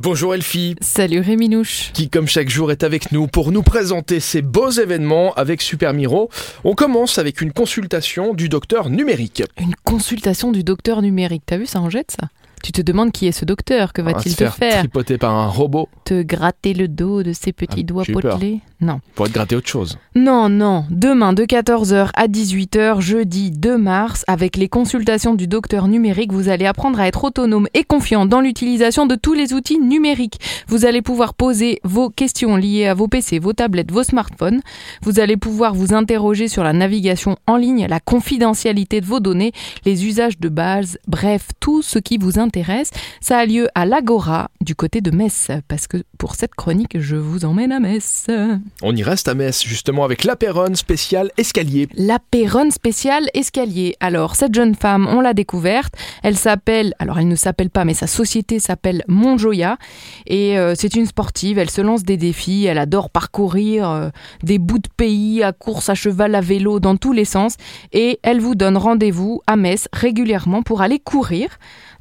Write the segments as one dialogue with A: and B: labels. A: Bonjour Elfie,
B: Salut Rémi Nouche.
A: qui comme chaque jour est avec nous pour nous présenter ces beaux événements avec Super Miro. On commence avec une consultation du docteur numérique.
B: Une consultation du docteur numérique. T'as vu, ça en jette ça Tu te demandes qui est ce docteur Que
A: On
B: va-t-il
A: se
B: te
A: faire,
B: faire
A: tripoter par un robot
B: Te gratter le dos de ses petits
A: Ah,
B: doigts
A: j'ai eu peur.
B: potelés Non.
A: pour être gratté autre chose.
B: Non, non. Demain de 14h à 18h, jeudi 2 mars, avec les consultations du docteur numérique, vous allez apprendre à être autonome et confiant dans l'utilisation de tous les outils numériques. Vous allez pouvoir poser vos questions liées à vos PC, vos tablettes, vos smartphones. Vous allez pouvoir vous interroger sur la navigation en ligne, la confidentialité de vos données, les usages de base, bref, tout ce qui vous intéresse. Ça a lieu à l'Agora, du côté de Metz, parce que pour cette chronique, je vous emmène à Metz.
A: On y reste à Metz justement avec l'apéron spécial escalier.
B: La Péronne spéciale escalier. Alors, cette jeune femme, on l'a découverte. Elle s'appelle, alors elle ne s'appelle pas, mais sa société s'appelle Monjoya. Et euh, c'est une sportive, elle se lance des défis, elle adore parcourir euh, des bouts de pays à course, à cheval, à vélo, dans tous les sens. Et elle vous donne rendez-vous à Metz régulièrement pour aller courir.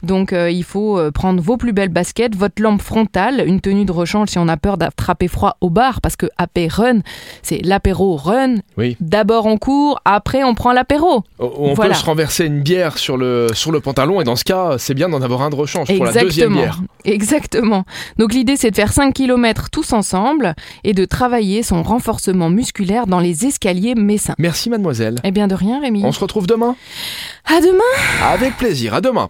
B: Donc euh, il faut euh, prendre vos plus belles baskets, votre lampe frontale, une tenue de rechange si on a peur d'attraper froid au bar, parce que AP Run, c'est l'apéro Run,
A: Oui.
B: D'abord on court, après on prend l'apéro.
A: O- On
B: Voilà.
A: peut se renverser une bière sur le, sur le pantalon et dans ce cas, c'est bien d'en avoir un de rechange pour la deuxième
B: Exactement.
A: bière.
B: Exactement. Donc l'idée c'est de faire 5 km tous ensemble et de travailler son renforcement musculaire dans les escaliers messins.
A: Merci mademoiselle.
B: Eh bien de rien Rémi.
A: On se retrouve demain
B: À demain
A: Avec plaisir, à demain